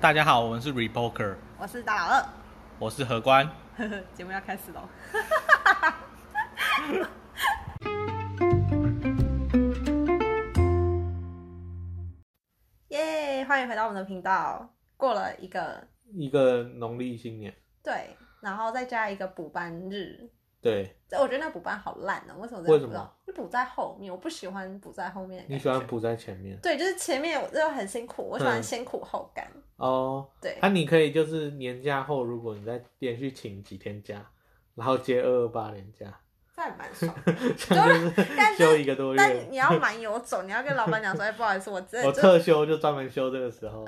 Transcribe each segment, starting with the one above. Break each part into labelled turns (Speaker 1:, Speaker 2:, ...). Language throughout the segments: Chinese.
Speaker 1: 大家好，我们是 Repoker，
Speaker 2: 我是大老二
Speaker 1: 我是何官。
Speaker 2: 呵呵， 节目要开始喽。耶欢迎回到我们的频道。过了一个
Speaker 1: 一个农历新年，
Speaker 2: 对，然后再加一个补班日。
Speaker 1: 对
Speaker 2: 这我觉得那补班好烂哦、为什么这
Speaker 1: 为
Speaker 2: 样
Speaker 1: 什
Speaker 2: 补
Speaker 1: 么
Speaker 2: 到？就补在后面，我不喜欢补在后面的感觉。
Speaker 1: 你喜欢补在前面
Speaker 2: 对，就是前面我就很辛苦，我喜欢
Speaker 1: 嗯
Speaker 2: 先苦后甘。
Speaker 1: 哦。
Speaker 2: 对，
Speaker 1: 那、你可以就是年假后，如果你再连续请几天假，然后接二二八连假，
Speaker 2: 这还蛮爽的。
Speaker 1: 这样就是
Speaker 2: 但是
Speaker 1: 休一个多
Speaker 2: 但
Speaker 1: 月。
Speaker 2: 你要蛮有种，你要跟老板讲说，哎、不好意思，我 真
Speaker 1: 我
Speaker 2: 的就
Speaker 1: 特休就专门休这个时候，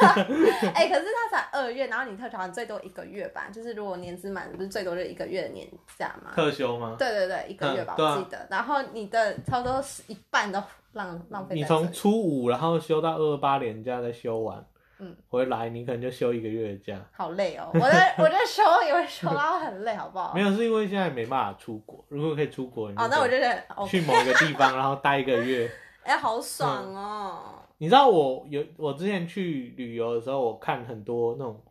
Speaker 2: 哎、可是他才二月，然后你特长最多一个月吧，就是如果年资满，不是最多就是一个月的年假吗？
Speaker 1: 特休吗？
Speaker 2: 对对对，一个月吧，
Speaker 1: 嗯对啊
Speaker 2: 我记得。然后你的差不多是一半都浪浪费
Speaker 1: 你
Speaker 2: 在这
Speaker 1: 从
Speaker 2: 里。
Speaker 1: 初五然后休到二二八连假再休完，
Speaker 2: 嗯，
Speaker 1: 回来你可能就休一个月的假。
Speaker 2: 好累哦，我在我在收也会收到很累，好不好？
Speaker 1: 没有，是因为现在没办法出国。如果可以出国，你
Speaker 2: 哦，那我
Speaker 1: 可以
Speaker 2: 就觉得哦，
Speaker 1: 去某个地方，然后待一个月。
Speaker 2: 哎、好爽哦。
Speaker 1: 你知道我有我之前去旅游的时候，我看很多那种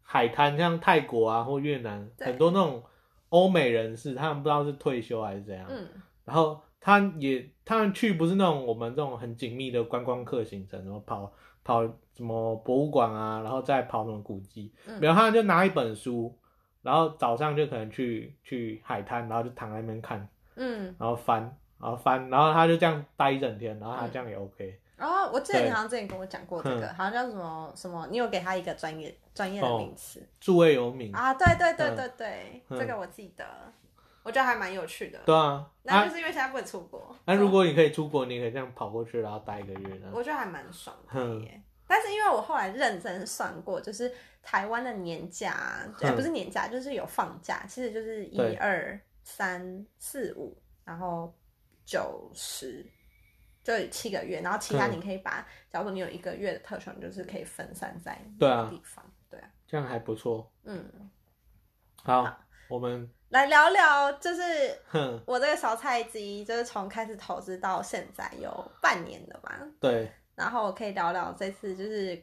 Speaker 1: 海滩，像泰国啊或越南，
Speaker 2: 对
Speaker 1: 很多那种欧美人士，他们不知道是退休还是怎样，
Speaker 2: 嗯，
Speaker 1: 然后他也他们去不是那种我们这种很紧密的观光客行程，然后跑跑什么博物馆啊，然后再跑什么古迹，
Speaker 2: 嗯
Speaker 1: 没有他们就拿一本书，然后早上就可能去去海滩，然后就躺在那边看，
Speaker 2: 嗯，
Speaker 1: 然后翻。然后翻，然后他就这样待一整天，然
Speaker 2: 嗯
Speaker 1: 后他这样也 OK，、
Speaker 2: 然后哦我记得
Speaker 1: 对嗯
Speaker 2: 你好像之前跟我讲过这个，好像叫什么什么，你有给他一个专业专业的
Speaker 1: 哦
Speaker 2: 名词、
Speaker 1: 助位游民
Speaker 2: 啊？对对对
Speaker 1: 嗯
Speaker 2: 对对，
Speaker 1: 嗯
Speaker 2: 这个我记得，我觉得还蛮有趣的。
Speaker 1: 对啊，
Speaker 2: 那
Speaker 1: 那
Speaker 2: 就是因为现在不能出国。
Speaker 1: 那如果你可以出国，你可以这样跑过去，然后待一个月呢？
Speaker 2: 我觉得还蛮爽的
Speaker 1: 哼
Speaker 2: 耶。但是因为我后来认真算过，就是台湾的年假啊，
Speaker 1: 哼
Speaker 2: 呃，不是年假，就是有放假，其实就是
Speaker 1: 嗯对
Speaker 2: 一二三四五，然后九十，就有七个月，然后其他
Speaker 1: 嗯
Speaker 2: 你可以把，假如说你有一个月的特休，你就是可以分散在
Speaker 1: 对啊
Speaker 2: 地方，对啊，
Speaker 1: 这样还不错。
Speaker 2: 嗯，
Speaker 1: 好
Speaker 2: 好，
Speaker 1: 我们
Speaker 2: 来聊聊，就是
Speaker 1: 哼，
Speaker 2: 我这个小菜鸡，就是从开始投资到现在有半年了吧，
Speaker 1: 对，
Speaker 2: 然后可以聊聊这次就是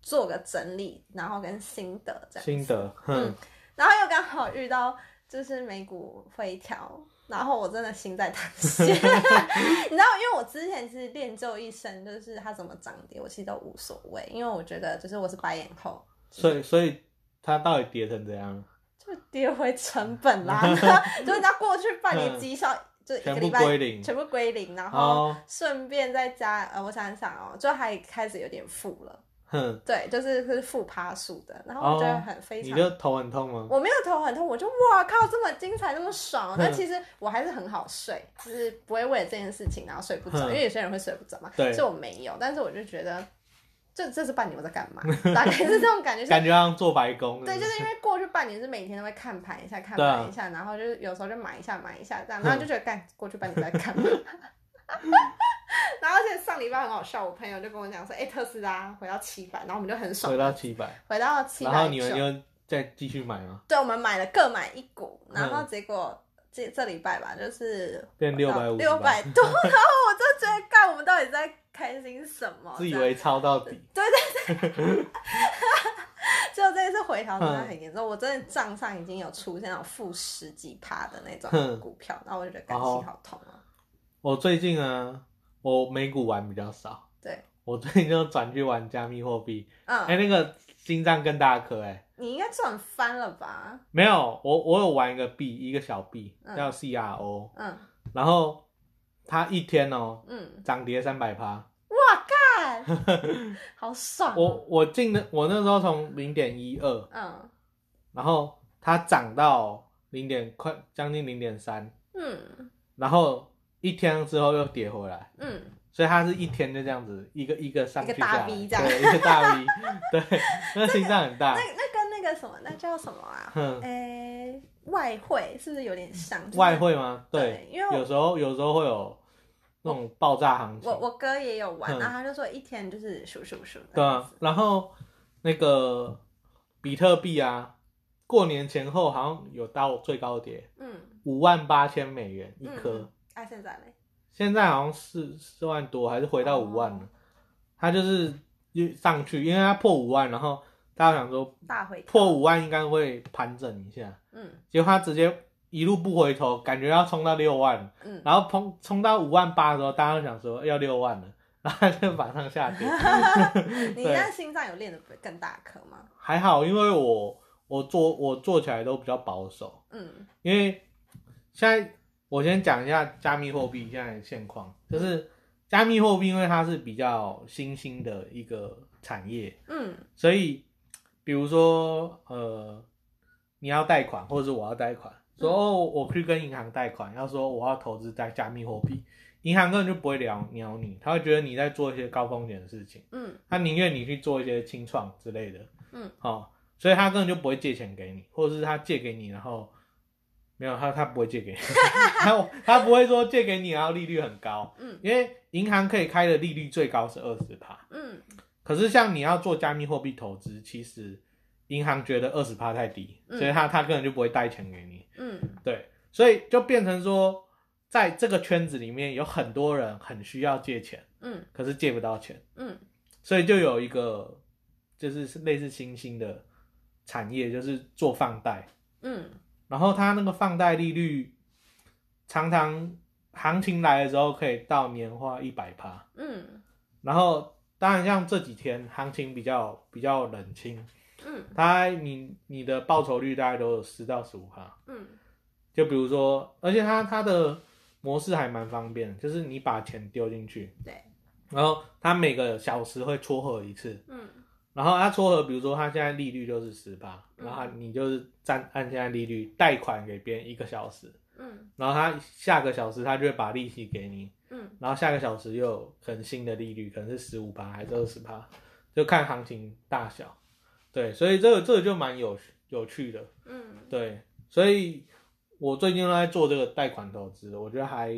Speaker 2: 做个整理，然后跟心得这样。
Speaker 1: 心得，哼
Speaker 2: 嗯，然后又刚好遇到就是美股回调，然后我真的心在淌 血。你知道，因为我之前其实练就一身，就是它怎么涨跌我其实都无所谓，因为我觉得就是我是白眼后。
Speaker 1: 所以所以它到底跌成怎样？
Speaker 2: 就跌回成 本啦，然后就是它过去半年绩效，就一个
Speaker 1: 嗯全
Speaker 2: 礼
Speaker 1: 部
Speaker 2: 拜
Speaker 1: 归零。
Speaker 2: 全部归零，然后
Speaker 1: 哦，
Speaker 2: 顺便再加呃，我想想哦，就还开始有点负了。
Speaker 1: 哼，
Speaker 2: 对，就是是复趴数的，然后我觉得很非
Speaker 1: 哦你
Speaker 2: 常。
Speaker 1: 就头很痛吗？
Speaker 2: 我没有头很痛，我就哇靠，这么精彩，这么爽！但
Speaker 1: 嗯
Speaker 2: 其实我还是很好睡，就是不会为了这件事情然后睡 不着，
Speaker 1: 嗯
Speaker 2: 因为有些人会睡不着嘛。
Speaker 1: 对
Speaker 2: 所以我没有，但是我就觉得，这这是半年我在干嘛？大概是这种感觉。
Speaker 1: 感
Speaker 2: 是
Speaker 1: 觉好像做白工。
Speaker 2: 对，就是因为过去半年是每天都会看盘一下，看
Speaker 1: 嗯对啊
Speaker 2: 盘一下，然后就是有时候就买一下买一下这样，
Speaker 1: 嗯
Speaker 2: 然后就觉得干过去半年在干 嘛？然后而且上礼拜很好笑，我朋友就跟我讲说，哎、特斯拉回到七百，然后我们就很爽
Speaker 1: 回，到七百，
Speaker 2: 回到啊七
Speaker 1: 然
Speaker 2: 百
Speaker 1: 后你们
Speaker 2: 九，
Speaker 1: 就再继续买吗？
Speaker 2: 对，我们买了各买一股，然后
Speaker 1: 嗯
Speaker 2: 结果这这礼拜吧，就是
Speaker 1: 变六百五，
Speaker 2: 哦六百，多，然后我就觉得，干，我们到底在开心什么？
Speaker 1: 自以为抄到底。
Speaker 2: 这样，就这一次回调真的很严重，我真的账上已经有出现那种负十几趴的那
Speaker 1: 嗯
Speaker 2: 种股票，然后我就觉得感
Speaker 1: 哦
Speaker 2: 心好痛啊。
Speaker 1: 我最近啊，我美股玩比较少，
Speaker 2: 对，
Speaker 1: 我最近就转去玩加密货币。哎，
Speaker 2: 嗯，
Speaker 1: 那个心脏更大颗哎。
Speaker 2: 你应该赚翻了吧？
Speaker 1: 没有，我我有玩一个币，一个小币
Speaker 2: 嗯
Speaker 1: 叫 CRO，、
Speaker 2: 嗯
Speaker 1: 然后它一天哦
Speaker 2: 嗯，
Speaker 1: 涨跌三百趴，
Speaker 2: 哇，干， 好爽哦、
Speaker 1: 我我进的我那时候从零点一二，
Speaker 2: 嗯
Speaker 1: 然后它涨到零点快将近零点三，
Speaker 2: 嗯
Speaker 1: 然后一天之后又跌回来，
Speaker 2: 嗯，
Speaker 1: 所以它是一天就这样子一个一个上
Speaker 2: 一
Speaker 1: 去
Speaker 2: 个
Speaker 1: 下来，
Speaker 2: 大 V
Speaker 1: 对，一个大 V，对，那心脏很大
Speaker 2: 那，那跟那个什么，那叫什么啊？
Speaker 1: 哼，
Speaker 2: 诶、外汇是不是有点像？就是
Speaker 1: 外汇吗？
Speaker 2: 对，因为
Speaker 1: 有
Speaker 2: 我
Speaker 1: 时候有时候会有那种爆炸行情
Speaker 2: 我。我哥也有玩，
Speaker 1: 嗯
Speaker 2: 然后他就说一天就是数数数这
Speaker 1: 对
Speaker 2: 样
Speaker 1: 啊
Speaker 2: 子。，
Speaker 1: 然后那个比特币啊，过年前后好像有到最高点
Speaker 2: 嗯，
Speaker 1: 五万八千美元一
Speaker 2: 嗯
Speaker 1: 颗，
Speaker 2: 嗯啊，现在嘞，
Speaker 1: 现在好像四四万多，还是回到
Speaker 2: 哦
Speaker 1: 五万了。它就是又上去，因为它破五万，然后大家想说
Speaker 2: 大回调
Speaker 1: 破五万应该会盘整一下，
Speaker 2: 嗯
Speaker 1: 结果它直接一路不回头，感觉要冲到六万，
Speaker 2: 嗯，
Speaker 1: 然后冲冲到五万八的时候，大家就想说哎要六万了， 然后它就马上下跌。
Speaker 2: 你那心脏有练的更大颗吗？
Speaker 1: 还好，因为我我做我做起来都比较保守，
Speaker 2: 嗯
Speaker 1: 因为现在我先讲一下加密货币现在的现况，就是加密货币因为它是比较新兴的一个产业，
Speaker 2: 嗯
Speaker 1: 所以比如说呃你要贷款，或者是我要贷款，说
Speaker 2: 嗯
Speaker 1: 哦我去跟银行贷款，要说我要投资在加密货币，银行根本就不会聊鸟你，他会觉得你在做一些高风险的事情。
Speaker 2: 嗯
Speaker 1: 他宁愿你去做一些清创之类的，
Speaker 2: 嗯，
Speaker 1: 哦，所以他根本就不会借钱给你，或者是他借给你，然后没有他他不会借给你， 他他不会说借给你，然后利率很高，
Speaker 2: 嗯
Speaker 1: 因为银行可以开的利率最高是二十趴，
Speaker 2: 嗯
Speaker 1: 可是像你要做加密货币投资，其实银行觉得二十趴太低，
Speaker 2: 嗯
Speaker 1: 所以他他根本就不会贷钱给你，
Speaker 2: 嗯
Speaker 1: 对，所以就变成说，在这个圈子里面有很多人很需要借钱，
Speaker 2: 嗯
Speaker 1: 可是借不到钱。
Speaker 2: 嗯
Speaker 1: 所以就有一个就是类似新兴的产业，就是做放贷，
Speaker 2: 嗯
Speaker 1: 然后它那个放贷利率常常行情来的时候可以到年化一百趴，
Speaker 2: 嗯
Speaker 1: 然后当然像这几天行情比较比较冷清，
Speaker 2: 嗯
Speaker 1: 它你你的报酬率大概都有十到十五趴，
Speaker 2: 嗯
Speaker 1: 就比如说，而且它它的模式还蛮方便的，就是你把钱丢进去，
Speaker 2: 对，
Speaker 1: 然后它每个小时会撮合一次。
Speaker 2: 嗯
Speaker 1: 然后它撮合，比如说它现在利率就是十八，
Speaker 2: 嗯
Speaker 1: 然后你就是占按现在利率贷款给别人一个小时，
Speaker 2: 嗯
Speaker 1: 然后他下个小时他就会把利息给你，
Speaker 2: 嗯
Speaker 1: 然后下个小时又有可能新的利率，可能是十五趴还是二十趴，就看行情大小。对，所以这个这个就蛮有有趣的。
Speaker 2: 嗯
Speaker 1: 对，所以我最近都在做这个贷款投资，我觉得还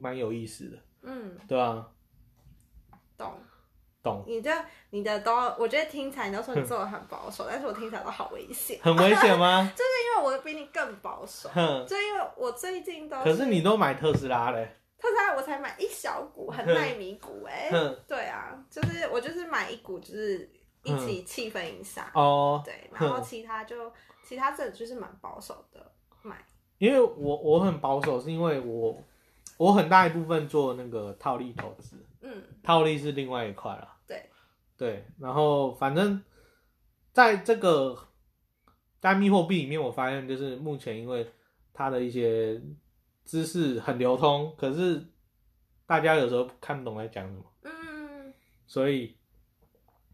Speaker 1: 蛮有意思的，
Speaker 2: 嗯，
Speaker 1: 对吧、
Speaker 2: 懂。
Speaker 1: 懂，
Speaker 2: 你的你的都，我觉得听起来你都说你做的很保守，但是我听起来都好危险，
Speaker 1: 很危险吗？
Speaker 2: 因为我比你更保守。
Speaker 1: 哼，
Speaker 2: 就因为我最近都
Speaker 1: 可是你都买特斯拉嘞，
Speaker 2: 特斯拉我才买一小股，很耐米股哎、
Speaker 1: 哼。
Speaker 2: 对啊，就是我就是买一股，就是一起气氛一下。
Speaker 1: 哦，
Speaker 2: 对，
Speaker 1: 哼
Speaker 2: 然后其他就其他这就是蛮保守的买。
Speaker 1: 因为我我很保守，是因为我我很大一部分做那个套利投资，
Speaker 2: 嗯
Speaker 1: 套利是另外一块啦。
Speaker 2: 对
Speaker 1: 对，然后反正在这个加密货币里面，我发现就是目前因为它的一些知识很流通，可是大家有时候看不懂在讲什么，
Speaker 2: 嗯
Speaker 1: 所以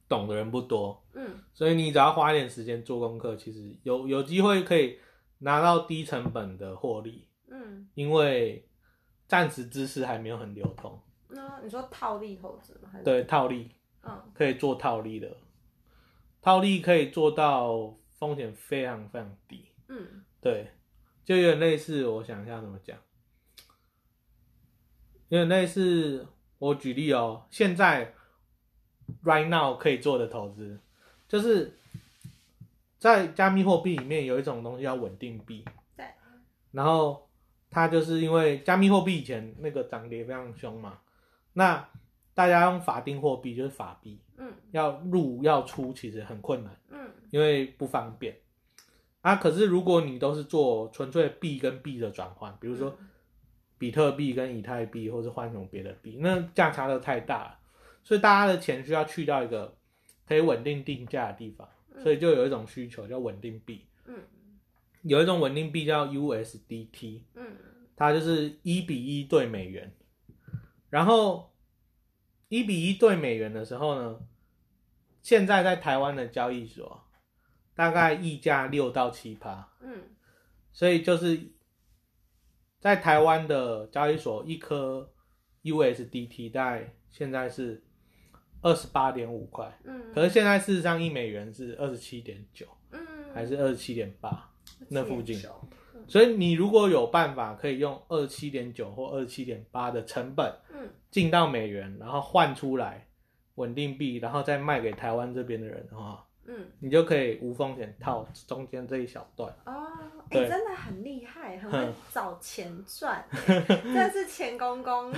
Speaker 1: 懂的人不多。
Speaker 2: 嗯
Speaker 1: 所以你只要花一点时间做功课，其实有有机会可以拿到低成本的获利。
Speaker 2: 嗯，
Speaker 1: 因为暂时知识还没有很流通，
Speaker 2: 那你说套利投资吗？还是，
Speaker 1: 对套利
Speaker 2: 嗯
Speaker 1: 可以做套利的，套利可以做到风险非常非常低，
Speaker 2: 嗯
Speaker 1: 对，就有点类似，我想一下怎么讲，有点类似，我举例哦，现在 right now 可以做的投资，就是在加密货币里面有一种东西叫稳定币，
Speaker 2: 对，
Speaker 1: 然后它就是因为加密货币以前那个涨跌非常凶嘛，那大家用法定货币就是法币，
Speaker 2: 嗯
Speaker 1: 要入要出其实很困难。
Speaker 2: 嗯
Speaker 1: 因为不方便啊。可是如果你都是做纯粹币跟币的转换，比如说比特币跟以太币，或是换成别的币，那价差都太大了，所以大家的钱需要去到一个可以稳定定价的地方，
Speaker 2: 嗯
Speaker 1: 所以就有一种需求叫稳定币，
Speaker 2: 嗯
Speaker 1: 有一种稳定币叫 USDT，
Speaker 2: 嗯
Speaker 1: 它就是一比一对美元，然后一比一对美元的时候呢，现在在台湾的交易所大概溢价六到七趴，
Speaker 2: 嗯
Speaker 1: 所以就是在台湾的交易所一颗 USDT 大概现在是二十八点五块，
Speaker 2: 嗯，
Speaker 1: 可是现在事实上一美元是二十七点九
Speaker 2: 嗯
Speaker 1: 还是二十七点八，那附近
Speaker 2: 79
Speaker 1: 所以你如果有办法可以用二七点九或二七点八的成本
Speaker 2: 嗯
Speaker 1: 进到美元，然后换出来稳定币，然后再卖给台湾这边的人的话，
Speaker 2: 嗯
Speaker 1: 你就可以无风险套中间这一小段。
Speaker 2: 哦，哎、
Speaker 1: 对
Speaker 2: 真的很厉害，很
Speaker 1: 哼
Speaker 2: 会找钱 赚，真的是钱公公。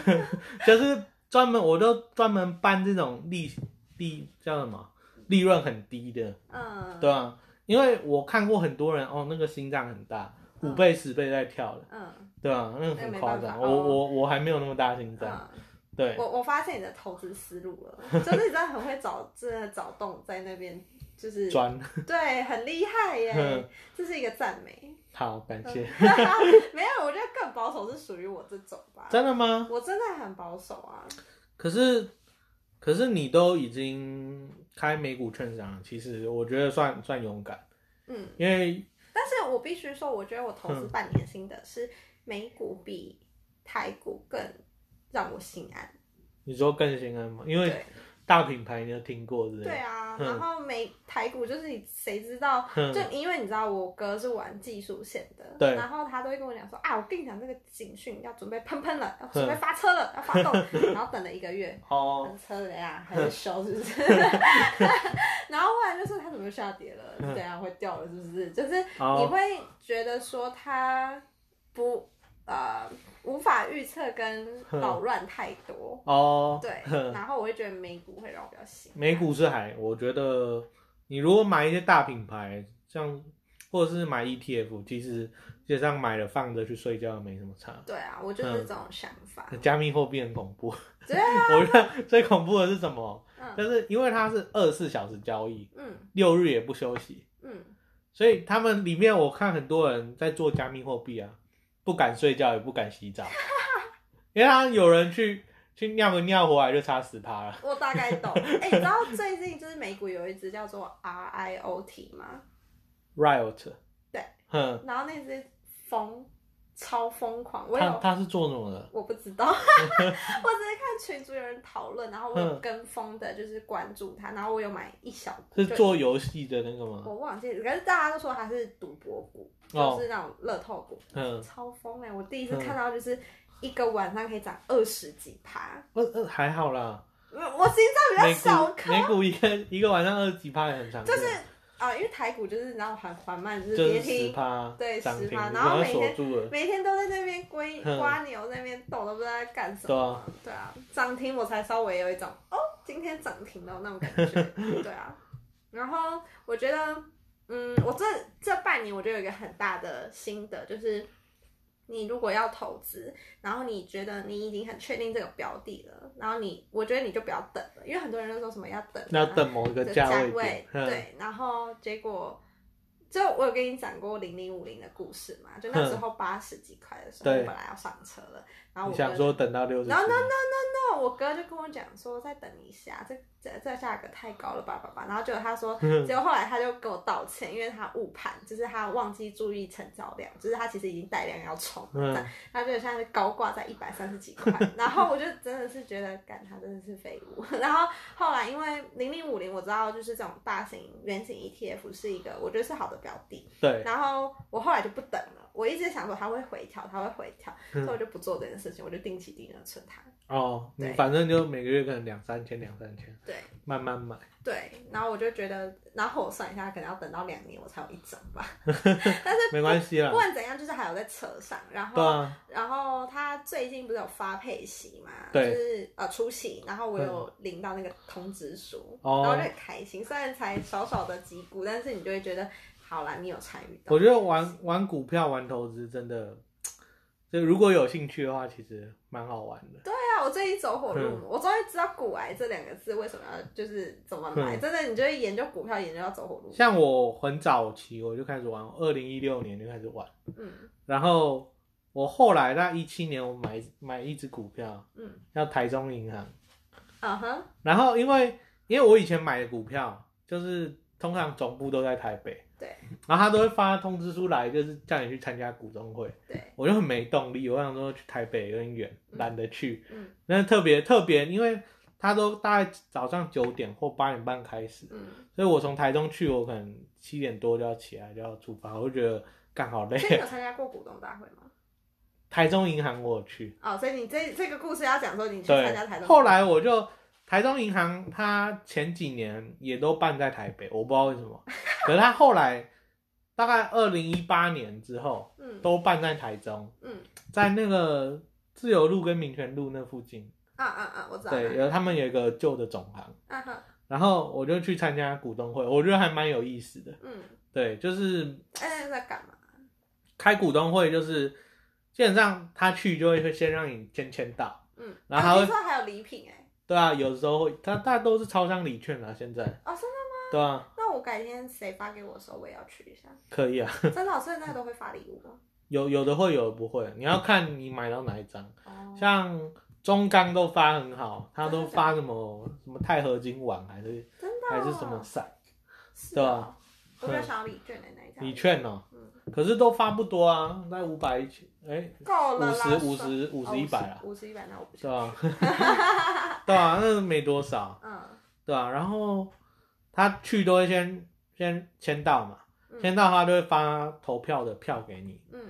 Speaker 1: 就是专门我都专门办这种利利叫什么利润很低的，
Speaker 2: 嗯，
Speaker 1: 对啊，因为我看过很多人哦，那个心脏很大，
Speaker 2: 嗯
Speaker 1: 五倍十倍在跳的，
Speaker 2: 嗯，
Speaker 1: 对啊，那个
Speaker 2: 那
Speaker 1: 很
Speaker 2: 没
Speaker 1: 夸
Speaker 2: 办
Speaker 1: 张。
Speaker 2: 法
Speaker 1: 我
Speaker 2: 哦
Speaker 1: 我我还没有那么大心脏，
Speaker 2: 嗯，
Speaker 1: 对
Speaker 2: 我我发现你的投资思路了， 就是你真的很会找，真的找洞在那边，就是
Speaker 1: 砖。
Speaker 2: 对，很厉害耶
Speaker 1: 嗯，
Speaker 2: 这是一个赞美。
Speaker 1: 好，感谢。
Speaker 2: 没有，我觉得更保守是属于我这种吧。
Speaker 1: 真的吗？
Speaker 2: 我真的很保守啊，
Speaker 1: 可是可是你都已经开美股券商了，其实我觉得算算勇敢，
Speaker 2: 嗯，
Speaker 1: 因为
Speaker 2: 但是我必须说，我觉得我投资
Speaker 1: 嗯
Speaker 2: 半年心得是美股比台股更让我心安。
Speaker 1: 你说更心安嘛，因为
Speaker 2: 对
Speaker 1: 大品牌你都听过之类的。
Speaker 2: 对啊，
Speaker 1: 嗯
Speaker 2: 然后美台股就是你谁知道？
Speaker 1: 嗯
Speaker 2: 就因为你知道我哥是玩技术线的，
Speaker 1: 对
Speaker 2: 然后他都会跟我讲说啊，我跟你讲这个警讯要准备喷喷了，要
Speaker 1: 嗯
Speaker 2: 准备发车了，要 发动，然后等了一个月，
Speaker 1: 哦，
Speaker 2: 很车雷啊，还是修是不 是？然后后来就是它怎么下跌了？是怎样会掉了？是不是？就是你
Speaker 1: 哦
Speaker 2: 会觉得说它不呃无法预测跟扰乱太 多，
Speaker 1: 哦，
Speaker 2: 对。然后我会觉得美股会让我比较喜欢。
Speaker 1: 美股是还，我觉得你如果买一些大品牌，像或者是买 ETF，其实基本上买了放着去睡觉没什么差。
Speaker 2: 对啊，我就是这种想法。
Speaker 1: 加密货币很恐怖，
Speaker 2: 对啊，
Speaker 1: 我觉得最恐怖的是什么？
Speaker 2: 嗯
Speaker 1: 就是因为它是二十四小时交易，
Speaker 2: 嗯
Speaker 1: 六日也不休息，
Speaker 2: 嗯，
Speaker 1: 所以他们里面我看很多人在做加密货币啊，不敢睡觉，也不敢洗 澡，因为他有人去去尿个尿回来就差十趴了。
Speaker 2: 我大概 懂。哎、你知道最近就是美股有一只叫做 RIOT 吗？
Speaker 1: Riot，
Speaker 2: 对，
Speaker 1: 哼，
Speaker 2: 然后那只疯超疯狂，我有
Speaker 1: 他他是做什么的？
Speaker 2: 我不 知道，我只是看群主有人讨论，然后我有跟风的，就是关注他，然后我有买一小股，
Speaker 1: 是
Speaker 2: 就
Speaker 1: 做游戏的那个吗？
Speaker 2: 我忘记了，可是大家都说他是赌博股，
Speaker 1: 哦
Speaker 2: 就是那种乐透股，
Speaker 1: 嗯，
Speaker 2: 超疯哎、我第一次看到就是一个晚上可以涨二十几趴，
Speaker 1: 呃呃还好啦，
Speaker 2: 我我心脏
Speaker 1: 美
Speaker 2: 比较小
Speaker 1: 股美
Speaker 2: 颗，
Speaker 1: 股一个一个晚上二十几趴也很常
Speaker 2: 就
Speaker 1: 见，
Speaker 2: 是啊、因为台股就是然后很缓慢，就是
Speaker 1: 就
Speaker 2: 跌
Speaker 1: 是十
Speaker 2: 停，
Speaker 1: 趴
Speaker 2: 对
Speaker 1: 涨停，
Speaker 2: 10%然
Speaker 1: 然
Speaker 2: 后
Speaker 1: 后
Speaker 2: 每
Speaker 1: 锁
Speaker 2: 天
Speaker 1: 住了，
Speaker 2: 每天都在那边龟
Speaker 1: 嗯
Speaker 2: 瓜牛在那边斗，都不知道在干什么。对啊，涨停我才稍微有一种哦，今天涨停了那种感 觉。对啊，然后我觉得，嗯，我这这半年我就有一个很大的心得，就是你如果要投资，然后你觉得你已经很确定这个标的了，然后你我觉得你就不要等了，因为很多人都说什么要等、啊，
Speaker 1: 那等某一个
Speaker 2: 的
Speaker 1: 价
Speaker 2: 价
Speaker 1: 点，嗯，
Speaker 2: 对，然后结果就我有跟你讲过零零五零的故事嘛，就那时候八十几块的时候，我
Speaker 1: 对
Speaker 2: 本来要上车了，然后
Speaker 1: 你
Speaker 2: 我
Speaker 1: 想
Speaker 2: 哥
Speaker 1: 说等到六十
Speaker 2: No, no, 那我哥就跟我讲说再等一下，这这这价格太高了吧，爸爸。然后结果他说，
Speaker 1: 嗯
Speaker 2: 结果后来他就跟我道歉，因为他误判，就是他忘记注意成交量，就是他其实已经带量要冲，这样
Speaker 1: 嗯，
Speaker 2: 他就现在高挂在一百三十几块，然后我就真的是觉得，干他真的是废物。 然后后来因为零零五零，我知道就是这种大型圆形 ETF 是一个我觉得是好的标的，
Speaker 1: 对，
Speaker 2: 然后我后来就不等了，我一直想说它会回调，它会回调，所
Speaker 1: 嗯
Speaker 2: 以我就不做这件事情，我就定期定额存它。
Speaker 1: 哦，你
Speaker 2: 对
Speaker 1: 反正就每个月可能两三千，两三千，
Speaker 2: 对
Speaker 1: 慢慢买，
Speaker 2: 对，然后我就觉得，然后我算一下，可能要等到两年我才有一张吧。
Speaker 1: 没关系啦
Speaker 2: 不，管怎样，就是还有在车上，然
Speaker 1: 对
Speaker 2: 后
Speaker 1: 啊，
Speaker 2: 然后他最近不是有发配息嘛，就
Speaker 1: 对嗯
Speaker 2: 是呃出席，然后我有领到那个通知书，
Speaker 1: 哦
Speaker 2: 然后就很开心。虽然才少少的几股，但是你就会觉得，好啦，你有参与到。
Speaker 1: 我觉得玩玩股票、玩投资真的，就如果有兴趣的话，其实蛮好玩的。
Speaker 2: 对啊，我最近走火入魔，
Speaker 1: 嗯
Speaker 2: 我终于知道“股癌”这两个字为什么要就是怎么买。
Speaker 1: 嗯
Speaker 2: 真的，你就会研究股票，研究到走火入魔。
Speaker 1: 像我很早期我就开始玩，二零一六年就开始玩。
Speaker 2: 嗯
Speaker 1: 然后我后来在一七年，我买买一只股票，
Speaker 2: 嗯
Speaker 1: 叫台中银行。
Speaker 2: 嗯哼
Speaker 1: 然后因为因为我以前买的股票，就是通常总部都在台北，
Speaker 2: 对，
Speaker 1: 然后他都会发通知书来，就是叫你去参加股东会。
Speaker 2: 对，
Speaker 1: 我就很没动力，我想说去台北有点远，
Speaker 2: 嗯
Speaker 1: 懒得去。
Speaker 2: 嗯
Speaker 1: 那特别特别，因为他都大概早上九点或八点半开始，
Speaker 2: 嗯，
Speaker 1: 所以我从台中去，我可能七点多就要起来就要出发，我就觉得干好累。
Speaker 2: 所以你有参加过股东大会吗？
Speaker 1: 台中银行我有去，
Speaker 2: 哦，所以你这这个故事要讲说你去参
Speaker 1: 对
Speaker 2: 加台，中，
Speaker 1: 后来我就台中银行，它前几年也都办在台北，我不知道为什么，可是它后来大概二零一八年之后
Speaker 2: 嗯
Speaker 1: 都办在台中，
Speaker 2: 嗯
Speaker 1: 在那个自由路跟民权路那附近，
Speaker 2: 啊啊啊，我知道了，
Speaker 1: 对，有他们有一个旧的总行，
Speaker 2: 啊哈，
Speaker 1: 然后我就去参加股东会，我觉得还蛮有意思的。
Speaker 2: 嗯，
Speaker 1: 对，就是
Speaker 2: 哎，在干嘛？
Speaker 1: 开股东会，就是基本上他去就会先让你先签到，
Speaker 2: 嗯，
Speaker 1: 然后还会
Speaker 2: 我听说还有礼品哎，
Speaker 1: 对啊，有时候会，他大家都是超商礼券啊，现在，
Speaker 2: 哦，真的？
Speaker 1: 对啊，
Speaker 2: 那我改天谁发给我的时候，我也要去一 下。
Speaker 1: 可以啊，
Speaker 2: 真的哦，所以那个都会发礼物吗？
Speaker 1: 有有的会，有的不会，你要看你买到哪一张，
Speaker 2: 哦，
Speaker 1: 像中钢都发很 好，他都发什么什么钛合金碗还是
Speaker 2: 真的哦
Speaker 1: 还是什么？伞
Speaker 2: 是
Speaker 1: 对
Speaker 2: 哦
Speaker 1: 啊，
Speaker 2: 我比较想要礼券的那一张。
Speaker 1: 礼券哦
Speaker 2: 嗯，
Speaker 1: 可是都发不多啊，那五百一千，哎，
Speaker 2: 够了啦，
Speaker 1: 50 50
Speaker 2: 算
Speaker 1: 50 100啦
Speaker 2: 哦五十一百那我不
Speaker 1: 啊是
Speaker 2: 想。
Speaker 1: 吧？ 对啊，那没多少，
Speaker 2: 嗯，
Speaker 1: 对啊，然后他去都会先先签到嘛，
Speaker 2: 嗯
Speaker 1: 签到他就会发投票的票给你，
Speaker 2: 嗯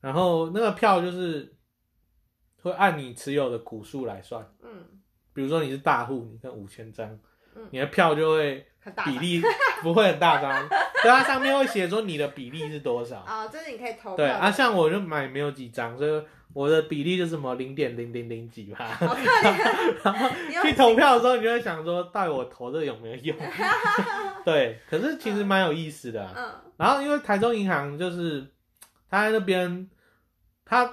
Speaker 1: 然后那个票就是会按你持有的股数来算，
Speaker 2: 嗯
Speaker 1: 比如说你是大户，你跟五千张
Speaker 2: 嗯，
Speaker 1: 你的票就会
Speaker 2: 很大
Speaker 1: 比
Speaker 2: 张
Speaker 1: 例不会很大张， 对，它上面会写说你的比例是多少，
Speaker 2: 啊，就是你可以投票
Speaker 1: 对
Speaker 2: 的
Speaker 1: 啊，像我就买没有几张，所以我的比例就是什么零点零零零几吧。
Speaker 2: 好 可怜，你又
Speaker 1: 去投票的时候，你就会想说，到底我投这有没有 用？对，可是其实蛮有意思的啊、
Speaker 2: 嗯
Speaker 1: 然后因为台中银行就是他在那边，他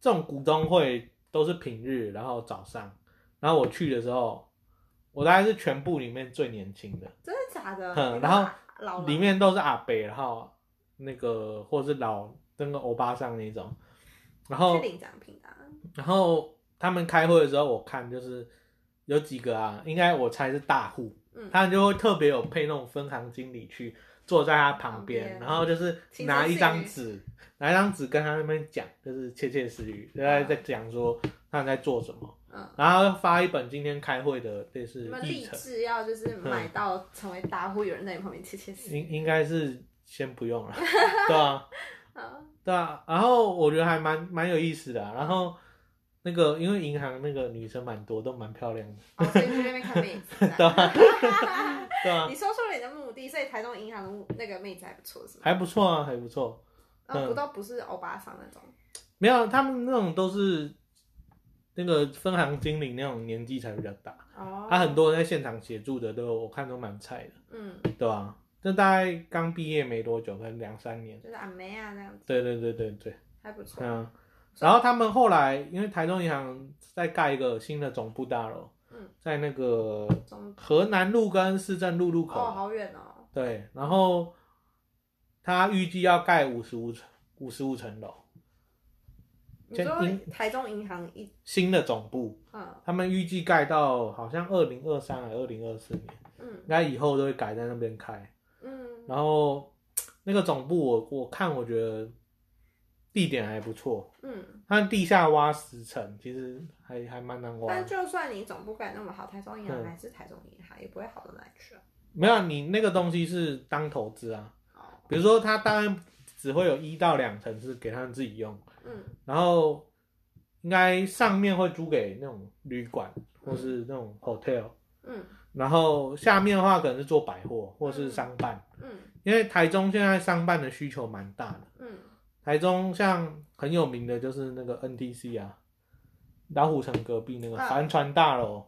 Speaker 1: 这种股东会都是平日，然后早上，然后我去的时候，我大概是全部里面最年轻的，
Speaker 2: 真的假的？
Speaker 1: 嗯
Speaker 2: 你
Speaker 1: 然后
Speaker 2: 老老了
Speaker 1: 里面都是阿伯，然后那个或是老那个欧巴桑那种，然后
Speaker 2: 去领奖品的啊，
Speaker 1: 然后他们开会的时候，我看就是有几个啊，应该我猜是大户，
Speaker 2: 嗯
Speaker 1: 他们就会特别有配那种分行经理去坐在他旁边，
Speaker 2: 旁边
Speaker 1: 然后就是拿一张纸，拿一张纸跟他那边讲，就是窃窃私语，就在
Speaker 2: 嗯
Speaker 1: 在讲说他们在做什么，
Speaker 2: 嗯，
Speaker 1: 然后发一本今天开会的类似
Speaker 2: 你们
Speaker 1: 议
Speaker 2: 立
Speaker 1: 程，嗯
Speaker 2: 志要就是买到成为大户，有人在你旁边窃窃私语，
Speaker 1: 应应该是先不用了，对啊。
Speaker 2: 嗯
Speaker 1: 对啊，然后我觉得还蛮蛮有意思的啊、然后那个因为银行那个女生蛮多，都蛮漂亮的，
Speaker 2: 哦，所以去那边看妹子 这样。
Speaker 1: 对啊，对啊，
Speaker 2: 你说出了你的目的，所以台中银行的目那个妹子还不错，是吗？
Speaker 1: 还不错啊，还不错。
Speaker 2: 然后不
Speaker 1: 嗯
Speaker 2: 都不是欧巴桑那种，
Speaker 1: 没有，啊他们那种都是那个分行经理那种年纪才比较大，啊
Speaker 2: 哦，
Speaker 1: 他、很，多人在现场协助的都我看都蛮菜的，
Speaker 2: 嗯，
Speaker 1: 对啊，这大概刚毕业没多久，可能两三年。
Speaker 2: 就是阿妹啊那样子，
Speaker 1: 对对对对对，
Speaker 2: 还不错，
Speaker 1: 嗯。然后他们后来因为台中银行在盖一个新的总部大楼，
Speaker 2: 嗯，
Speaker 1: 在那个
Speaker 2: 中
Speaker 1: 河南路跟市政路路口，
Speaker 2: 哦好远哦，
Speaker 1: 对，然后他预计要盖五十五层，五十五层楼，
Speaker 2: 你
Speaker 1: 先
Speaker 2: 说
Speaker 1: 银
Speaker 2: 台中银行一，
Speaker 1: 新的总部，
Speaker 2: 嗯
Speaker 1: 他们预计盖到好像二零二三还二零二四年，应
Speaker 2: 嗯
Speaker 1: 该以后都会改在那边开。
Speaker 2: 嗯，
Speaker 1: 然后那个总部我，我看我觉得地点还不错，
Speaker 2: 嗯，
Speaker 1: 它地下挖十层，其实还还蛮难挖
Speaker 2: 但
Speaker 1: 的。
Speaker 2: 就算你总部盖那么好，台中银行
Speaker 1: 嗯
Speaker 2: 还是台中银行，也不会好到哪里去啊。
Speaker 1: 没有，你那个东西是当投资啊，
Speaker 2: 哦，
Speaker 1: 比如说它当然只会有一到两层是给他们自己用。
Speaker 2: 嗯，
Speaker 1: 然后应该上面会租给那种旅馆或是那种 hotel，
Speaker 2: 嗯
Speaker 1: 然后下面的话可能是做百货或是商办，
Speaker 2: 嗯
Speaker 1: 因为台中现在商办的需求蛮大的。
Speaker 2: 嗯，
Speaker 1: 台中像很有名的就是那个 NTC 啊，老虎城隔壁那个
Speaker 2: 嗯
Speaker 1: 帆船大楼，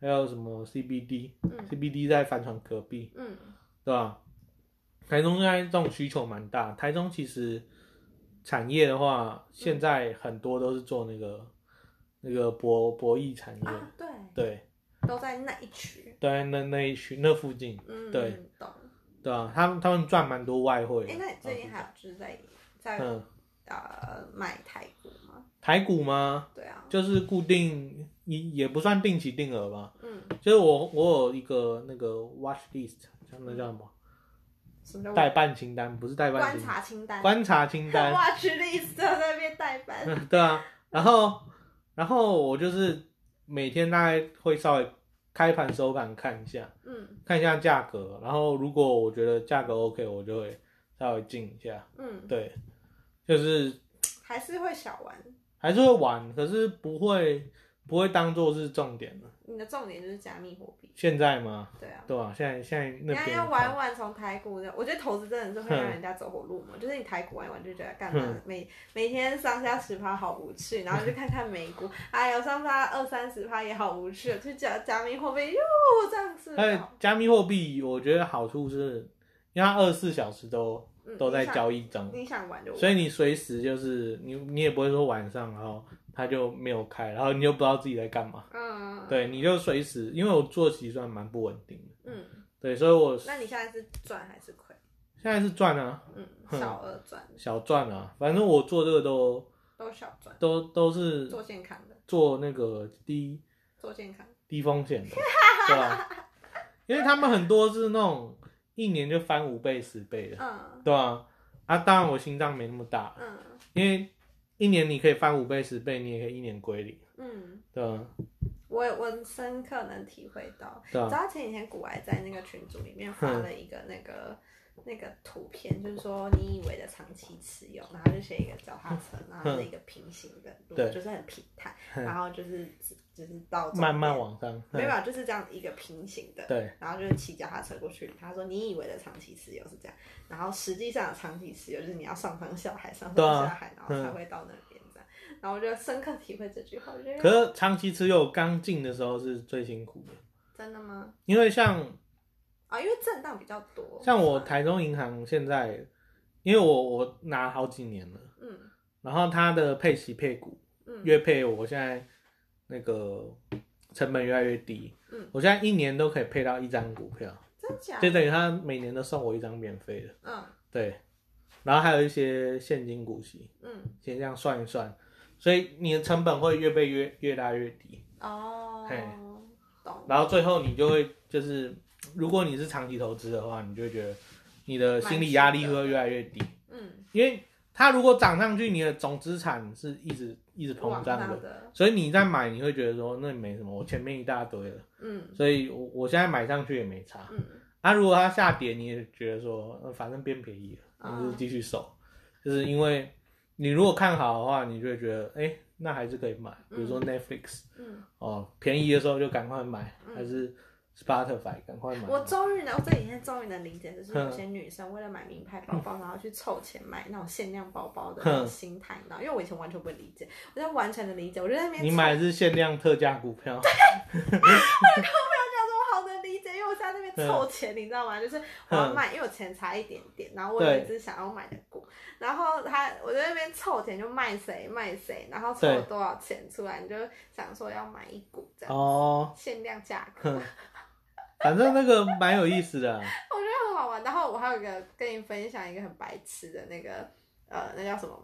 Speaker 1: 还有什么 CBD，CBD
Speaker 2: 嗯
Speaker 1: 在帆船隔壁，
Speaker 2: 嗯
Speaker 1: 对吧？台中现在这种需求蛮大，台中其实产业的话，现在很多都是做那个那个博博弈产业，
Speaker 2: 啊，对，
Speaker 1: 对，
Speaker 2: 都在那一区，
Speaker 1: 对，那那一区那附近，
Speaker 2: 嗯，
Speaker 1: 对，
Speaker 2: 懂。
Speaker 1: 对吧？他们他们赚蛮多外汇的。
Speaker 2: 哎，那你最近还有就是在在
Speaker 1: 嗯，
Speaker 2: 呃买台股吗？
Speaker 1: 台股吗？
Speaker 2: 对啊，
Speaker 1: 就是固定也也不算定期定额吧，
Speaker 2: 嗯，
Speaker 1: 就是我我有一个那个 watch list，像那叫什么
Speaker 2: 什么叫
Speaker 1: 代办清单，不是代办
Speaker 2: 嗯观
Speaker 1: 清单，
Speaker 2: 察清单？
Speaker 1: 观察清单，
Speaker 2: watch list E 在那边代班，
Speaker 1: 嗯， 对啊，然后然后我就是每天大概会稍微开盘收盘看一下，
Speaker 2: 嗯
Speaker 1: 看一下价格，然后如果我觉得价格 OK，我就会稍微进一下。
Speaker 2: 嗯，
Speaker 1: 对，就是
Speaker 2: 还是会小玩，
Speaker 1: 还是会玩，可是不会不会当做是重点了。
Speaker 2: 你的重点就是加密货币，
Speaker 1: 现在吗？
Speaker 2: 对啊。
Speaker 1: 对吧、现在现在
Speaker 2: 你
Speaker 1: 那
Speaker 2: 要
Speaker 1: 边
Speaker 2: 要玩玩从台股的，我觉得投资真的是会让人家走火入魔。就是你台股玩一玩就觉得干嘛
Speaker 1: 嗯，
Speaker 2: 每每天上下十趴好无趣，然后就看看美股，哎呦上下二三十趴也好无趣，去加加密货币哟这样是不
Speaker 1: 而且
Speaker 2: 好，
Speaker 1: 加密货币，我觉得好处是，因为它二十四小时都
Speaker 2: 嗯
Speaker 1: 都在
Speaker 2: 你想
Speaker 1: 交易中，
Speaker 2: 你想玩就玩
Speaker 1: 所以你随时就是你你也不会说晚上然后它就没有开，然后你就不知道自己在干嘛。
Speaker 2: 嗯，
Speaker 1: 对，你就随时，因为我作息算蛮不稳定的，
Speaker 2: 嗯，
Speaker 1: 对，所以我
Speaker 2: 那你现在是赚还是亏？
Speaker 1: 现在是赚啊，
Speaker 2: 嗯，小额赚
Speaker 1: 小赚啊，反正我做这个都
Speaker 2: 都小赚，
Speaker 1: 都都是
Speaker 2: 做健康的，
Speaker 1: 做那个低
Speaker 2: 做健康。
Speaker 1: 低风险的，对吧、因为他们很多是那种一年就翻五倍十倍的，
Speaker 2: 嗯
Speaker 1: 对吧、啊？当然我心脏没那么大，
Speaker 2: 嗯
Speaker 1: 因为一年你可以翻五倍十倍，你也可以一年归零，
Speaker 2: 嗯，
Speaker 1: 对吧、
Speaker 2: 我也我深刻能体会到。
Speaker 1: 对吧、
Speaker 2: 你知道前几天古埃在那个群组里面发了一个那个那个图片，就是说你以为的长期持有，然后就写一个脚踏车，然后是一个平行的路，
Speaker 1: 对
Speaker 2: 就是很平坦，
Speaker 1: 嗯
Speaker 2: 然后就是就是到终
Speaker 1: 慢慢
Speaker 2: 点，
Speaker 1: 往上，
Speaker 2: 没
Speaker 1: 嗯
Speaker 2: 有没有，就是这样一个平行的，
Speaker 1: 对，
Speaker 2: 然后就是骑脚踏车过去。他说你以为的长期持有是这样，然后实际上的长期持有就是你要上山下海，上
Speaker 1: 对
Speaker 2: 山
Speaker 1: 啊
Speaker 2: 下海，然后才会到那边这样。然后我就深刻体会这句话，我觉
Speaker 1: 可
Speaker 2: 得
Speaker 1: 是长期持有刚进的时候是最辛苦的，
Speaker 2: 真的吗？
Speaker 1: 因为像
Speaker 2: 啊、因为震荡比较多。
Speaker 1: 像我
Speaker 2: 是吧，
Speaker 1: 台中银行现在，因为我我拿好几年了，
Speaker 2: 嗯
Speaker 1: 然后它的配息配股
Speaker 2: 嗯，
Speaker 1: 越配，我现在那个成本越来越低，
Speaker 2: 嗯
Speaker 1: 我现在一年都可以配到一张股票，
Speaker 2: 真假？
Speaker 1: 就等于他每年都送我一张免费的，
Speaker 2: 嗯
Speaker 1: 对，然后还有一些现金股息，
Speaker 2: 嗯
Speaker 1: 先这样算一算，所以你的成本会越被越越拉越低，
Speaker 2: 哦
Speaker 1: 嘿，
Speaker 2: 懂。
Speaker 1: 然后最后你就会就是，如果你是长期投资的话，你就会觉得你的心理压力会越来越低，
Speaker 2: 嗯，
Speaker 1: 因为它如果涨上去，你的总资产是一直一直膨
Speaker 2: 往
Speaker 1: 胀
Speaker 2: 上
Speaker 1: 的，
Speaker 2: 的，
Speaker 1: 所以你在买你会觉得说那没什么，我前面一大堆了，
Speaker 2: 嗯
Speaker 1: 所以我我现在买上去也没差。
Speaker 2: 嗯
Speaker 1: 那、如果它下跌，你也觉得说、呃反正变便宜了，
Speaker 2: 嗯
Speaker 1: 你就继续守，就是因为你如果看好的话，你就会觉得哎、诶那还是可以买，比如说 Netflix、
Speaker 2: 嗯，
Speaker 1: 哦，便宜的时候就赶快买，
Speaker 2: 嗯
Speaker 1: 还是 Spotify 赶快买。
Speaker 2: 我终于能，我这几天终于能理解，就是
Speaker 1: 哼
Speaker 2: 有些女生为了买名牌包包，然后去凑钱买那种限量包包的
Speaker 1: 哼
Speaker 2: 那种心态，你知道？因为我以前完全不理解，我现在完全的理解，我就在那边
Speaker 1: 你
Speaker 2: 凑
Speaker 1: 买的是限量特价股票，
Speaker 2: 我好能理解，因为我在那边凑钱，你知道吗？就是我要卖，因为我钱差一点点，然后我有
Speaker 1: 对
Speaker 2: 一只想要买的股，然后他我在那边凑钱就卖谁卖谁，然后凑
Speaker 1: 对
Speaker 2: 多少钱出来，你就想说要买一股这样，
Speaker 1: 哦，
Speaker 2: 限量价格，
Speaker 1: 哼，反正那个蛮有意思的啊、
Speaker 2: 我觉得很好玩。然后我还有一个跟你分享一个很白痴的那个呃，那叫什么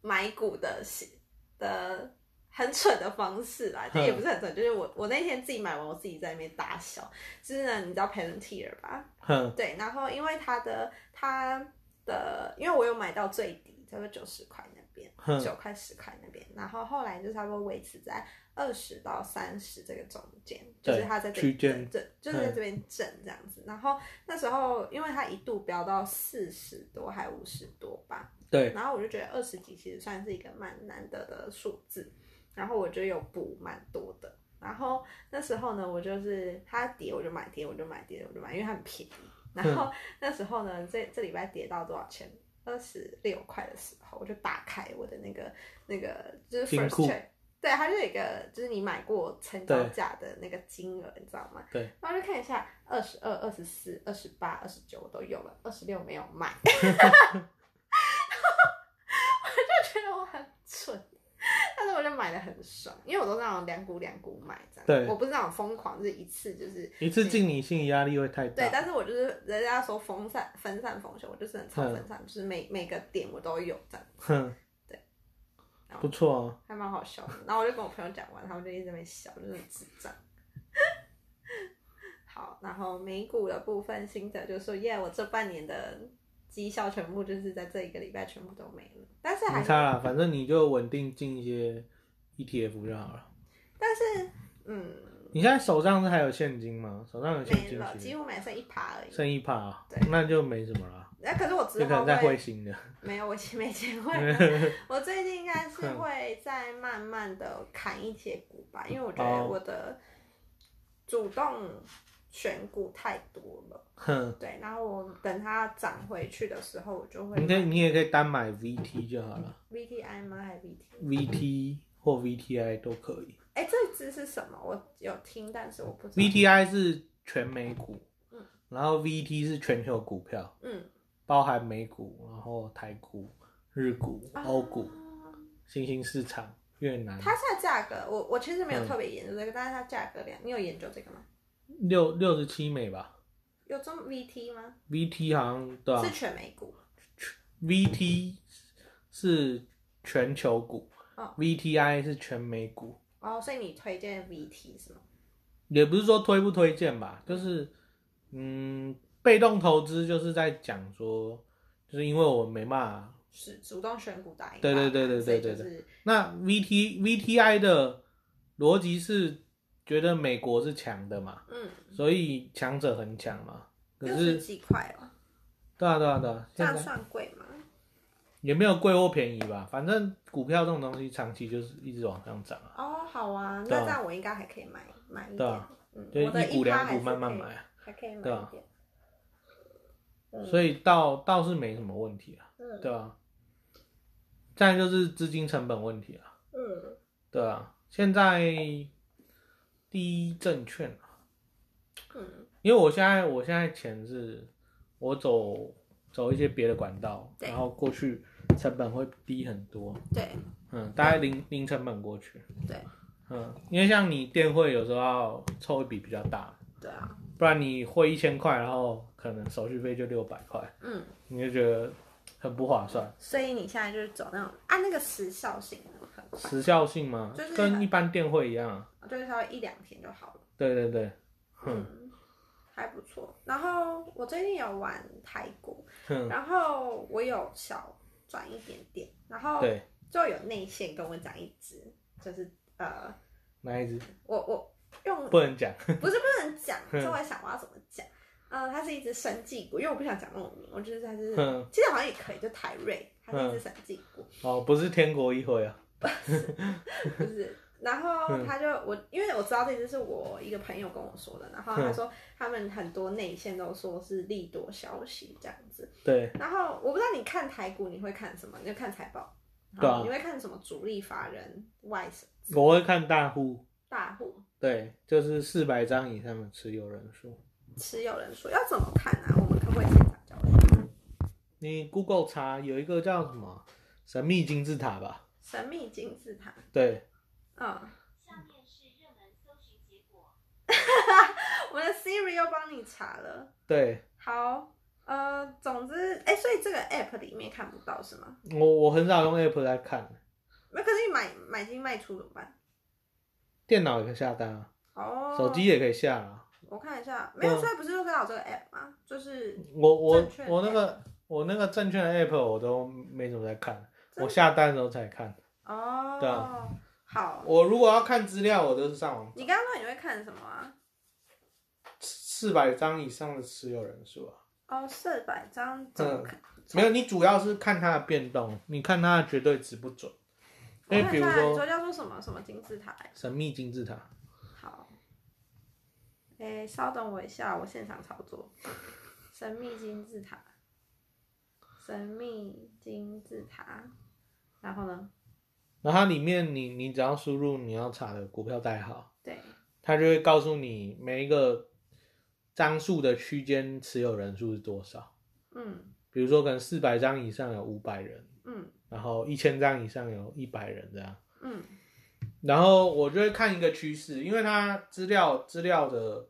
Speaker 2: 买股的习的。很蠢的方式啦，就
Speaker 1: 嗯
Speaker 2: 也不是很蠢，就是我我那天自己买完，我自己在那边大笑。就是呢，你知道 Palantir 吧？
Speaker 1: 哼，
Speaker 2: 对，然后因为它的它的，因为我有买到最低，差不多九十块那边，
Speaker 1: 哼
Speaker 2: 九块十块那边，然后后来就差不多维持在二十到三十这个中间，就是
Speaker 1: 对
Speaker 2: 它在这
Speaker 1: 区
Speaker 2: 里
Speaker 1: 间嗯
Speaker 2: 震，震就是在这边震这样子。然后那时候因为它一度飙到四十多还五十多吧，
Speaker 1: 对，
Speaker 2: 然后我就觉得二十几其实算是一个蛮难得的数字，然后我就有补蛮多的。然后那时候呢，我就是它跌我就买，跌我就买，跌我就买，因为它很便宜。然后那时候呢，这这礼拜跌到多少钱？二十六块的时候，我就打开我的那个那个就是
Speaker 1: 金
Speaker 2: first
Speaker 1: 库
Speaker 2: check，对，它就有一个就是你买过成交
Speaker 1: 对
Speaker 2: 价的那个金额，你知道吗？
Speaker 1: 对，
Speaker 2: 然后就看一下二十二、二十四、二十八、二十九我都有了，二十六没有卖，我就觉得我很蠢。 但是我就买的很爽，因为我都是那种两股两股买这样，
Speaker 1: 对
Speaker 2: 我不是那种疯狂，就是一次就是
Speaker 1: 一次进你心理压力会太
Speaker 2: 对，
Speaker 1: 大，
Speaker 2: 但是我就是人家说分散分散风险，我就是很超
Speaker 1: 嗯
Speaker 2: 分散，就是每每个点我都有这样，
Speaker 1: 哼
Speaker 2: 对，然后
Speaker 1: 不错啊，
Speaker 2: 还蛮好笑的。然后我就跟我朋友讲完，他们就一直在那边笑，就是很智障。 好，然后美股的部分心得就是说，耶，我这半年的绩效全部就是在这一个礼拜全部都没了，但是还
Speaker 1: 没
Speaker 2: 是
Speaker 1: 差啦，反 E 正你就稳定进一些 ETF 就好了。
Speaker 2: 但是，嗯，
Speaker 1: 你现在手上是还有现金吗？手上有现
Speaker 2: 没
Speaker 1: 金
Speaker 2: 了，
Speaker 1: 其
Speaker 2: 几
Speaker 1: 实
Speaker 2: 乎没剩一趴而已。
Speaker 1: 剩一趴啊
Speaker 2: 对，
Speaker 1: 那就没什么啦，
Speaker 2: 那可是我之
Speaker 1: 有可
Speaker 2: 后
Speaker 1: 能再汇
Speaker 2: 会
Speaker 1: 新的。
Speaker 2: 没有，我其实没钱会。 我最近应该是会再慢慢的砍一些股吧，因为我觉得
Speaker 1: 哦
Speaker 2: 我的主动选股太多了。
Speaker 1: 哼，
Speaker 2: 对，然后我等它涨回去的时候，我就会
Speaker 1: 你可以
Speaker 2: 买
Speaker 1: 你也可以单买 VT 就好了
Speaker 2: VTI 吗？还是 VT？
Speaker 1: ，VT 或 VTI 都可以。
Speaker 2: 哎，这支是什么？我有听，但是我不知道。
Speaker 1: VTI 是全美股
Speaker 2: 嗯，
Speaker 1: 然后 VT 是全球股票，
Speaker 2: 嗯，
Speaker 1: 包含美股，然后台股、日股、欧股、
Speaker 2: 啊
Speaker 1: 新兴市场、越南。
Speaker 2: 它现在价格，我我其实没有
Speaker 1: 嗯
Speaker 2: 特别研究这个，但是它价格量，你有研究这个吗？
Speaker 1: 六六十七美吧
Speaker 2: 有中 VT 吗？
Speaker 1: ，VT 好像对啊
Speaker 2: 是全美股。
Speaker 1: ，VT 是全球股、
Speaker 2: 哦
Speaker 1: v t i 是全美股，
Speaker 2: 哦，所以你推荐 VT 是吗？
Speaker 1: 也不是说推不推荐吧，就是嗯，被动投资就是在讲说，就是因为我没办法，
Speaker 2: 是主动选股打赢大
Speaker 1: 对
Speaker 2: 盘。
Speaker 1: 对对对对对
Speaker 2: 所以就是
Speaker 1: 那 VT VTI 的逻辑是觉得美国是强的嘛，
Speaker 2: 嗯，
Speaker 1: 所以强者很强嘛，可
Speaker 2: 六
Speaker 1: 是
Speaker 2: 十几块哦，
Speaker 1: 对啊对啊对啊，
Speaker 2: 这
Speaker 1: 现
Speaker 2: 样
Speaker 1: 在
Speaker 2: 算贵吗？
Speaker 1: 也没有贵或便宜吧，反正股票这种东西长期就是一直往上涨啊，
Speaker 2: 哦，好啊，那
Speaker 1: 对啊
Speaker 2: 这样我应该还可以买买一
Speaker 1: 对
Speaker 2: 点
Speaker 1: 啊。
Speaker 2: 嗯，
Speaker 1: 就
Speaker 2: 我的
Speaker 1: 一股
Speaker 2: 趴
Speaker 1: 两
Speaker 2: 还
Speaker 1: 股
Speaker 2: 是
Speaker 1: 慢慢
Speaker 2: 可以
Speaker 1: 买啊，
Speaker 2: 还可以买
Speaker 1: 对
Speaker 2: 一
Speaker 1: 啊
Speaker 2: 点。嗯
Speaker 1: 所以倒倒是没什么问题啊，
Speaker 2: 嗯
Speaker 1: 对啊，再来就是资金成本问题啊，
Speaker 2: 嗯，
Speaker 1: 对啊，现在第一证券啊，
Speaker 2: 嗯，
Speaker 1: 因为我现在我现在钱是，我走走一些别的管道，
Speaker 2: 嗯对
Speaker 1: 然后过去成本会低很多，
Speaker 2: 对
Speaker 1: 嗯，大概零零成本过去，
Speaker 2: 对
Speaker 1: 嗯，因为像你电汇有时候要凑一笔比较大，
Speaker 2: 对啊，
Speaker 1: 不然你汇一千块，然后可能手续费就六百块，
Speaker 2: 嗯，
Speaker 1: 你就觉得很不划算。
Speaker 2: 所以你现在就是走那种按那个时效性的很快，
Speaker 1: 时效性嘛，
Speaker 2: 就是
Speaker 1: 跟一般电汇一样啊。
Speaker 2: 就是稍微一两天就好了。
Speaker 1: 对对对，哼
Speaker 2: 嗯，还不错。然后我最近有玩台股，
Speaker 1: 哼，
Speaker 2: 然后我有小赚一点点，然后
Speaker 1: 对，
Speaker 2: 就有内线跟我讲一只，就是呃，
Speaker 1: 哪一只
Speaker 2: 我我用
Speaker 1: 不能讲？
Speaker 2: 不是不 能讲，
Speaker 1: 嗯
Speaker 2: 就我在想我要怎么讲。呃，它是一只生技股，因为我不想讲那种名，我就是它 是，
Speaker 1: 哼，
Speaker 2: 其实好像也可以，就台瑞，它是一
Speaker 1: 嗯
Speaker 2: 只生技股，
Speaker 1: 哦，不是天国一辉啊。
Speaker 2: 就是。然后
Speaker 1: 嗯
Speaker 2: 他就我，因为我知道这只是我一个朋友跟我说的，然后
Speaker 1: 嗯
Speaker 2: 他说他们很多内线都说是利多消息这样子。
Speaker 1: 对，
Speaker 2: 然后我不知道你看台股你会看什么，你就看财报，
Speaker 1: 对啊
Speaker 2: 你会看什么主力法人、外省
Speaker 1: 我会看大户，
Speaker 2: 大户，
Speaker 1: 对，就是四百张以上的持有人数。
Speaker 2: 持有人数要怎么看啊？我们可不可以现场教学？
Speaker 1: 你 Google 查有一个叫什么神秘金字塔吧？
Speaker 2: 神秘金字塔，
Speaker 1: 对，
Speaker 2: 嗯，
Speaker 3: 下面是热门搜寻结果。
Speaker 2: 我的 Siri 又帮你查了。
Speaker 1: 对
Speaker 2: 好，呃，总之，哎、所以这个 App 里面看不到是吗？
Speaker 1: 我我很少用 App 来看，
Speaker 2: 那可是你买买进卖出怎么办？
Speaker 1: 电脑也可以下单啊，
Speaker 2: 哦，
Speaker 1: 手机也可以下啊。
Speaker 2: 我看一下，没有，
Speaker 1: 嗯
Speaker 2: 所以不是就是有这个 App 吗？就是
Speaker 1: 我我
Speaker 2: 证券
Speaker 1: 我那个我那个证券的 App 我都没怎么在看，
Speaker 2: 真的
Speaker 1: 我下单的时候才看。
Speaker 2: 哦，
Speaker 1: 对啊
Speaker 2: 好，
Speaker 1: 我如果要看资料，我都是上网
Speaker 2: 你刚刚说你会看什么啊？
Speaker 1: 四百张以上的持有人数啊。
Speaker 2: 哦，四百张怎么看？
Speaker 1: 没有，你主要是看它的变动，你看它的绝对值不准。因
Speaker 2: 我
Speaker 1: 为
Speaker 2: 看
Speaker 1: 比
Speaker 2: 一
Speaker 1: 如
Speaker 2: 下，你说
Speaker 1: 说
Speaker 2: 叫做什么什么金字塔、哎
Speaker 1: 神秘金字塔，
Speaker 2: 好，哎、稍等我一下，我现场操作。 神秘金字塔，神秘金字塔，然后呢？
Speaker 1: 然后它里面你你只要输入你要查的股票代号，
Speaker 2: 对，
Speaker 1: 它就会告诉你每一个张数的区间持有人数是多少。
Speaker 2: 嗯
Speaker 1: 比如说可能四百张以上有五百人，
Speaker 2: 嗯
Speaker 1: 然后一千张以上有一百人这样。
Speaker 2: 嗯
Speaker 1: 然后我就会看一个趋势，因为它资料资料的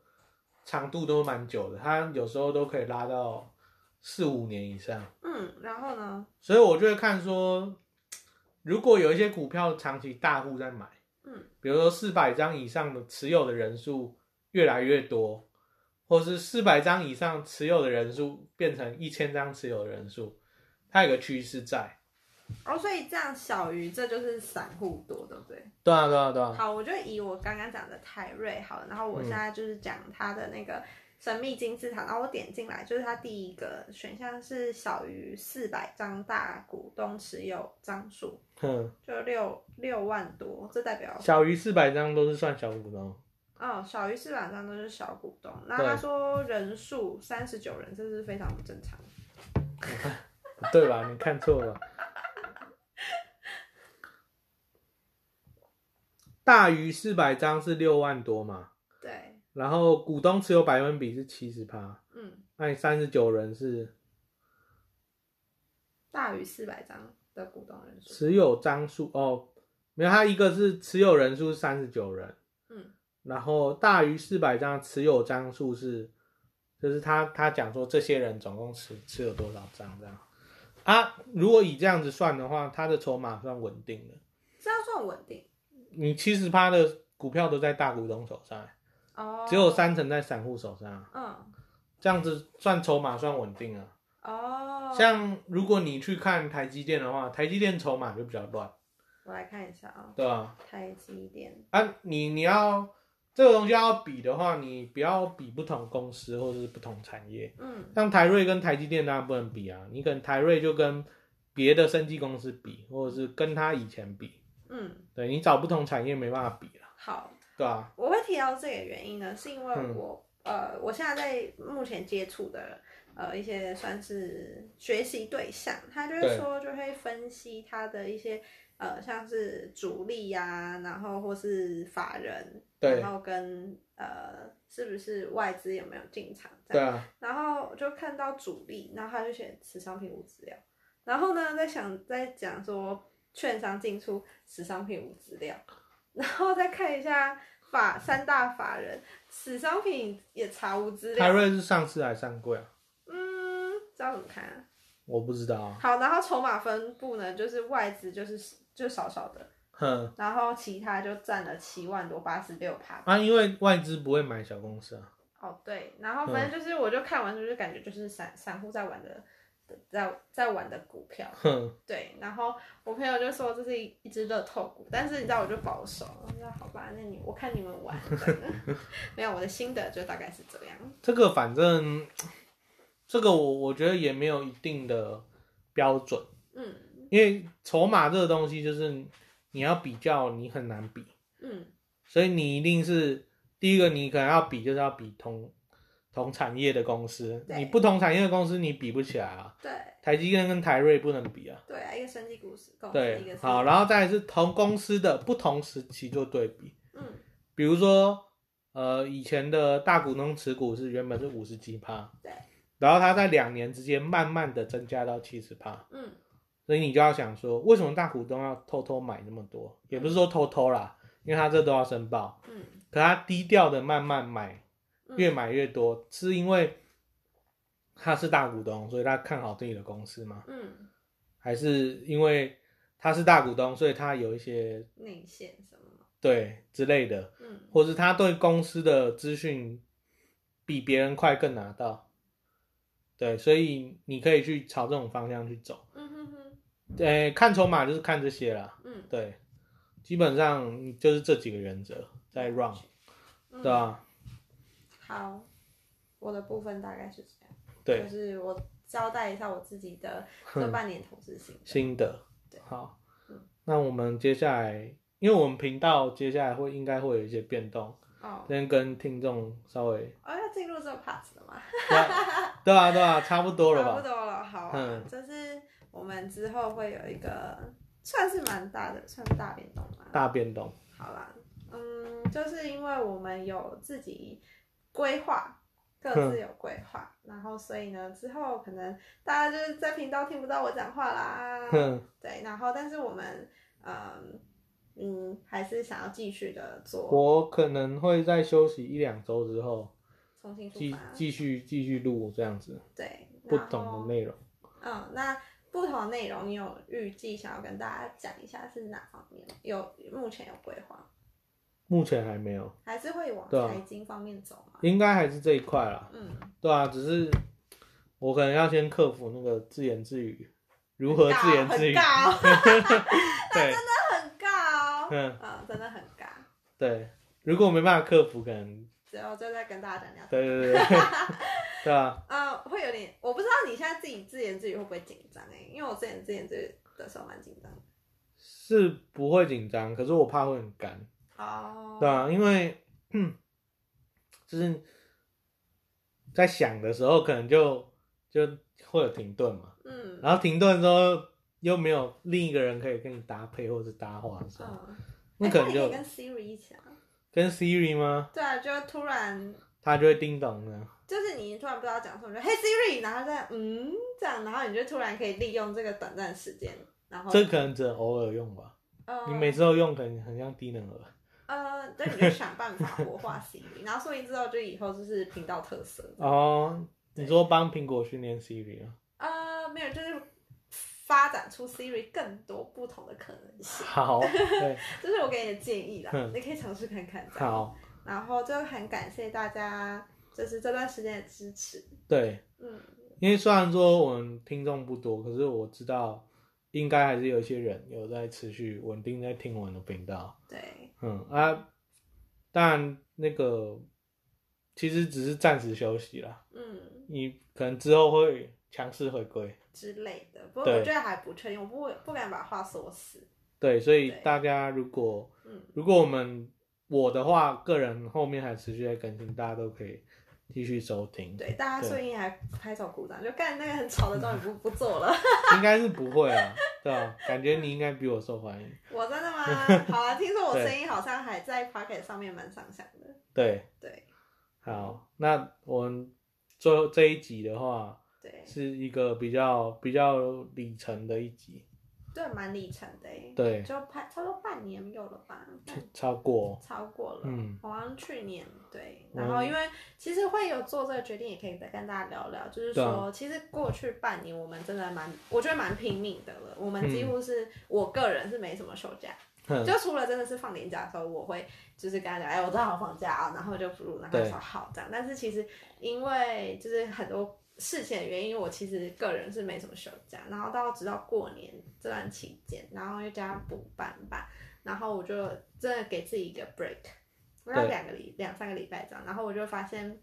Speaker 1: 长度都蛮久的，它有时候都可以拉到四五年以上，
Speaker 2: 嗯，然后呢？
Speaker 1: 所以我就会看说，如果有一些股票长期大户在买，
Speaker 2: 嗯
Speaker 1: 比如说四百张以上的持有的人数越来越多，或是四百张以上持有的人数变成一千张持有的人数，它有个趋势在，
Speaker 2: 哦，所以这样小于这就是散户多，对不对？
Speaker 1: 对啊，对啊，对啊，
Speaker 2: 好，我就以我刚刚讲的泰瑞好了，然后我
Speaker 1: 嗯
Speaker 2: 现在就是讲它的那个神秘金字塔，然后我点进来就是它第一个选项是小于四百张大股东持有张数，
Speaker 1: 哼，
Speaker 2: 就六六万多，这代表
Speaker 1: 小于四百张都是算小股东，
Speaker 2: 哦小于四百张都是小股东。那他说人数三十九人，这是非常不正常。
Speaker 1: 不对吧？你看错了。大于四百张是六万多嘛，
Speaker 2: 对，
Speaker 1: 然后股东持有百分比是七十趴，
Speaker 2: 嗯，
Speaker 1: 那你三十九人是
Speaker 2: 大于四百张的股东人数，
Speaker 1: 持有张数哦，没有，它一个是持有人数是三十九人，
Speaker 2: 嗯，
Speaker 1: 然后大于四百张持有张数是，就是他他讲说这些人总共持持有多少张这样啊？如果以这样子算的话，他的筹码算稳定的。
Speaker 2: 这样算稳定
Speaker 1: 你七十趴的股票都在大股东手上，欸
Speaker 2: 哦。
Speaker 1: 只有，三成在散户手上，啊
Speaker 2: 嗯，
Speaker 1: 这样子算筹码算稳定啊。
Speaker 2: 哦，
Speaker 1: 像如果你去看台积电的话，台积电筹码就比较乱，
Speaker 2: 我来看一下啊、
Speaker 1: 对吧？
Speaker 2: 台积电。
Speaker 1: 啊，你你要这个东西要比的话，你不要比不同公司或者是不同产业。
Speaker 2: 嗯
Speaker 1: 像台瑞跟台积电当然不能比啊，你可能台瑞就跟别的生技公司比，或者是跟他以前比，
Speaker 2: 嗯，
Speaker 1: 对你找不同产业没办法比啊，
Speaker 2: 好，
Speaker 1: 对吧、
Speaker 2: 我会提到这个原因呢，是因为
Speaker 1: 嗯
Speaker 2: 我、呃，我现在在目前接触的呃一些算是学习对象，他就
Speaker 1: 对
Speaker 2: 会说就会分析他的一些呃像是主力呀、然后或是法人，
Speaker 1: 对
Speaker 2: 然后跟呃是不是外资有没有进场这
Speaker 1: 对
Speaker 2: 样，
Speaker 1: 啊，
Speaker 2: 然后我就看到主力，然后他就写此商品无资料，然后呢在想在讲说券商进出此商品无资料，然后再看一下法三大法人，此商品也查无资
Speaker 1: 台
Speaker 2: 料，
Speaker 1: 瑞是上市还是上柜啊？
Speaker 2: 嗯，这样怎么看啊、
Speaker 1: 我不知道啊，
Speaker 2: 好，然后筹码分布呢，就是外资就是就少少的，
Speaker 1: 哼
Speaker 2: 然后其他就占了七万多八十六趴。
Speaker 1: 啊，因为外资不会买小公司啊，
Speaker 2: 哦，对，然后反正就是，我就看完之后就感觉就是散散户在玩的，的在在玩的股票，
Speaker 1: 哼，
Speaker 2: 对，然后我朋友就说这是一一只乐透股，但是你知道我就保守，我说好吧，那你我看你们玩，反正 没有我的心得就大概是这样。
Speaker 1: 这个反正这个我我觉得也没有一定的标准，
Speaker 2: 嗯
Speaker 1: 因为筹码这个东西就是你要比较，你很难比。
Speaker 2: 嗯
Speaker 1: 所以你一定是第一个，你可能要比就是要比同同产业的公司，
Speaker 2: 对
Speaker 1: 你不同产业的公司你比不起来啊。
Speaker 2: 对
Speaker 1: 台积电跟台瑞不能比啊。
Speaker 2: 对啊，一个生技股公司，一
Speaker 1: 对
Speaker 2: 个，是
Speaker 1: 好，然后再来是同公司的不同时期做对比，
Speaker 2: 嗯
Speaker 1: 比如说呃以前的大股东持股是原本是五十几趴，
Speaker 2: 对，
Speaker 1: 然后它在两年之间慢慢的增加到七十趴。
Speaker 2: 嗯
Speaker 1: 所以你就要想说，为什么大股东要偷偷买那么多？也不是说偷偷啦，因为他这都要申报。
Speaker 2: 嗯
Speaker 1: 可他低调的慢慢买，
Speaker 2: 嗯
Speaker 1: 越买越多，是因为他是大股东，所以他看好自己的公司吗？
Speaker 2: 嗯
Speaker 1: 还是因为他是大股东，所以他有一些
Speaker 2: 内线什么的，
Speaker 1: 对之类的，
Speaker 2: 嗯
Speaker 1: 或是他对公司的资讯比别人快更拿到？对，所以你可以去朝这种方向去走。
Speaker 2: 嗯哼哼，
Speaker 1: 对，看筹码就是看这些啦。
Speaker 2: 嗯
Speaker 1: 对，基本上就是这几个原则在 run，
Speaker 2: 嗯
Speaker 1: 对啊吧、
Speaker 2: 好，我的部分大概是这样，
Speaker 1: 对
Speaker 2: 就，是我交代一下我自己的这半年投资心得。
Speaker 1: 心得
Speaker 2: 对。
Speaker 1: 好
Speaker 2: 嗯，
Speaker 1: 那我们接下来，因为我们频道接下来会应该会有一些变动，
Speaker 2: 哦，
Speaker 1: 先跟听众稍微，
Speaker 2: 哦，要进入这个 part 了吗？
Speaker 1: 对啊对啊，差不多了
Speaker 2: 差不
Speaker 1: 吧？
Speaker 2: 多了，好、啊，
Speaker 1: 嗯
Speaker 2: 就是我们之后会有一个算是蛮大的，算大变动嘛。
Speaker 1: 大变动，
Speaker 2: 好啦，嗯，就是因为我们有自己规划，各自有规划，
Speaker 1: 嗯
Speaker 2: 然后所以呢，之后可能大家就是在频道听不到我讲话啦，
Speaker 1: 哼，
Speaker 2: 对，然后但是我们，嗯嗯，还是想要继续的做，
Speaker 1: 我可能会在休息一两周之后
Speaker 2: 重新出
Speaker 1: 继
Speaker 2: 发，
Speaker 1: 继续继续录这样子
Speaker 2: 对，
Speaker 1: 不
Speaker 2: 然
Speaker 1: 同
Speaker 2: 后
Speaker 1: 的内容。
Speaker 2: 嗯，那不同的内容，你有预计想要跟大家讲一下是哪方面？有目前有规划，
Speaker 1: 目前还没有，
Speaker 2: 还是会往
Speaker 1: 对啊
Speaker 2: 财经方面走吗？
Speaker 1: 应该还是这一块啦，
Speaker 2: 嗯，
Speaker 1: 对啊，只是我可能要先克服那个自言自语如何自言自语
Speaker 2: 很？尬哦，
Speaker 1: 对，
Speaker 2: 很尬哦，
Speaker 1: 嗯，
Speaker 2: 嗯，真的很尬。
Speaker 1: 对。如果没办法克服，可能
Speaker 2: 之后就再跟大家讲讲。
Speaker 1: 对对对对， 对啊，
Speaker 2: 呃，会有点，我不知道你现在自己自言自语会不会紧张哎，因为我之前自言自语的时候蛮紧张的。
Speaker 1: 是不会紧张，可是我怕会很干。
Speaker 2: 哦，
Speaker 1: 对啊，因为就是在想的时候，可能就就会有停顿嘛，
Speaker 2: 嗯
Speaker 1: 然后停顿之后又没有另一个人可以跟你搭配或是搭话的时候，
Speaker 2: 嗯，
Speaker 1: 那
Speaker 2: 哎
Speaker 1: 可能
Speaker 2: 你可
Speaker 1: 就
Speaker 2: 以跟 Siri 一起啊。
Speaker 1: 跟 Siri 吗？
Speaker 2: 对啊，就突然
Speaker 1: 他就会叮咚呢。
Speaker 2: 就是你突然不知道讲什么，就嘿 Siri，然后再嗯这样，然后你就突然可以利用这个短暂时间，然后
Speaker 1: 这可能只能偶尔用吧。
Speaker 2: 呃
Speaker 1: 你每次都用，可能很像低能儿。
Speaker 2: 呃，对，你就想办法活化 Siri，然后说不定之后就以后就是频道特色。
Speaker 1: 哦，你说帮苹果训练 Siri 啊？
Speaker 2: 呃，没有，就是发展出 Siri 更多不同的可能 性，
Speaker 1: 好，对，
Speaker 2: 这是我给你的建议啦，
Speaker 1: 嗯
Speaker 2: 你可以尝试看看。，
Speaker 1: 好，
Speaker 2: 然后就很感谢大家，就是这段时间的支持。
Speaker 1: 对，
Speaker 2: 嗯，
Speaker 1: 因为虽然说我们听众不多，可是我知道应该还是有一些人有在持续稳定在听我们的频道。
Speaker 2: 对，
Speaker 1: 嗯啊，当然那个其实只是暂时休息啦，
Speaker 2: 嗯
Speaker 1: 你可能之后会强势回归。
Speaker 2: 之类的。不过我
Speaker 1: 对
Speaker 2: 觉得还不确定，我不不敢把话说死。
Speaker 1: 对，所以
Speaker 2: 对
Speaker 1: 大家如果
Speaker 2: 嗯，
Speaker 1: 如果我们我的话，个人后面还持续在更新，大家都可以继续收听。
Speaker 2: 对，大家
Speaker 1: 对
Speaker 2: 顺应还拍手鼓掌，就干那个很吵的终于 不不做了。
Speaker 1: 应该是不会啊，对吧？感觉你应该比我受欢迎。
Speaker 2: 我真 的吗？好啊，听说我
Speaker 1: 对
Speaker 2: 声音好像还在 Pocket 上面蛮上相的。
Speaker 1: 对，
Speaker 2: 对
Speaker 1: 好，那我们最后这一集的话，
Speaker 2: 对
Speaker 1: 是一个比较比较里程的一集，
Speaker 2: 对，蛮里程的耶。
Speaker 1: 对，
Speaker 2: 就拍差不多半年有了吧，半
Speaker 1: 超过，
Speaker 2: 超过了。
Speaker 1: 嗯，
Speaker 2: 好像去年对，
Speaker 1: 嗯
Speaker 2: 然后因为其实会有做这个决定，也可以再跟大家聊聊，就是
Speaker 1: 对啊
Speaker 2: 说，其实过去半年我们真的蛮，我觉得蛮拼命的了。我
Speaker 1: 嗯
Speaker 2: 们几乎是、我个人是没什么休假，
Speaker 1: 哼，
Speaker 2: 就除了真的是放年假的时候，我会就是跟他讲，哎，我正好放假啊，然后就不如，然后他
Speaker 1: 对
Speaker 2: 说好这样。但是其实因为就是很多事情的原因，我其实个人是没什么休假，然后到直到过年这段期间，然后又加上补班吧，然后我就真的给自己一个 break，我要
Speaker 1: 对
Speaker 2: 两个礼两三个礼拜这样，然后我就发现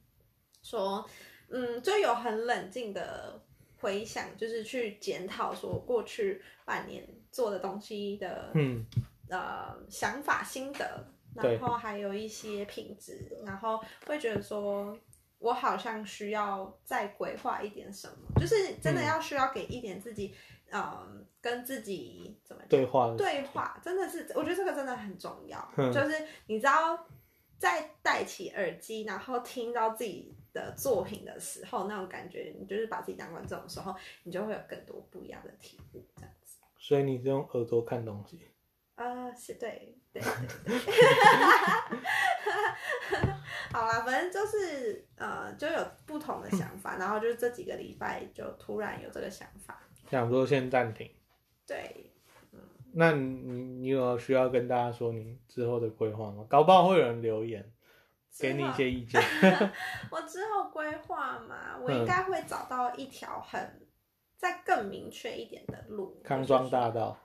Speaker 2: 说，嗯，就有很冷静的回想，就是去检讨说过去半年做的东西的
Speaker 1: 嗯，
Speaker 2: 呃想法心得，
Speaker 1: 对
Speaker 2: 然后还有一些品质，然后会觉得说，我好像需要再规划一点什么，就是真的
Speaker 1: 嗯
Speaker 2: 要需要给一点自己，嗯、跟自己怎么讲
Speaker 1: 对话的，
Speaker 2: 对话，真的是我觉得这个真的很重要，
Speaker 1: 嗯
Speaker 2: 就是你知道。在戴起耳机，然后听到自己的作品的时候，那种感觉，你就是把自己当观众的时候，你就会有更多不一样的体悟，这样子。
Speaker 1: 所以你是用耳朵看东西，
Speaker 2: 啊，是对对对对。 好啦，反正就是呃，就有不同的想法，然后就是这几个礼拜就突然有这个想法，
Speaker 1: 想说先暂停。
Speaker 2: 对，
Speaker 1: 那你你你有需要跟大家说你之后的规划吗？搞不好会有人留言
Speaker 2: 之
Speaker 1: 给你一
Speaker 2: 后
Speaker 1: 些意见。
Speaker 2: 我之后规划嘛，我
Speaker 1: 嗯
Speaker 2: 应该会找到一条很再更明确一点的 路。
Speaker 1: 康庄
Speaker 2: 就是
Speaker 1: 大道，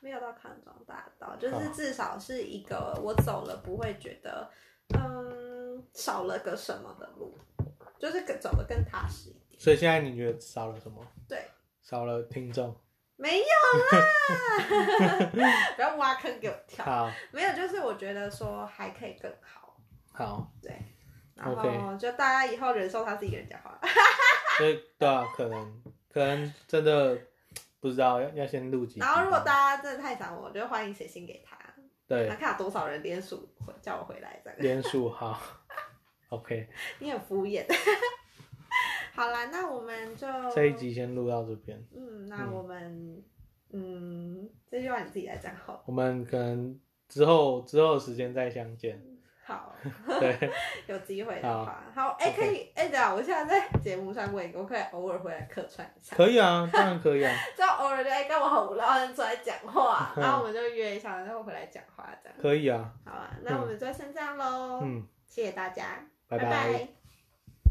Speaker 2: 没有到康庄大道，就是
Speaker 1: 好
Speaker 2: 至少是一个我走了不会觉得嗯少了个什么的路，就是更走得更踏实一点。
Speaker 1: 所以现在你觉得少了什么？
Speaker 2: 对，
Speaker 1: 少了听众。
Speaker 2: 没有啦， 不要挖坑给我跳。
Speaker 1: 好，
Speaker 2: 没有，就是我觉得说还可以更好，
Speaker 1: 好，
Speaker 2: 对。然后
Speaker 1: OK 嗯
Speaker 2: 就大家以后忍受他自己一个人讲话。
Speaker 1: 所以对啊，可能可能真的不知道要要先录几集吧。
Speaker 2: 然后如果大家真的太想我，就欢迎写信给他，
Speaker 1: 对
Speaker 2: 那看有多少人连署回叫我回来这样。
Speaker 1: 连数好，OK，
Speaker 2: 你很敷衍。 好啦，那我们就
Speaker 1: 这一，集先录到这边，
Speaker 2: 嗯，那我们嗯，这句话你自己来讲好了。
Speaker 1: 我们可能之后之后时间再相见。
Speaker 2: 好，
Speaker 1: 对，
Speaker 2: 有机会的话，好，哎、可以，哎、等一下，我现在在节目上问一个，我可以偶尔回来客串 一下，
Speaker 1: 可以啊，当然可以啊，
Speaker 2: 就偶尔就哎，干、我好无聊，好想出来讲话，
Speaker 1: 嗯
Speaker 2: 然后我们就约一下，然后回来讲话这样。
Speaker 1: 可以啊，
Speaker 2: 好啊，那我们就先这样喽，
Speaker 1: 嗯，
Speaker 2: 谢谢大家，
Speaker 1: 拜
Speaker 2: 拜
Speaker 1: 拜
Speaker 2: 拜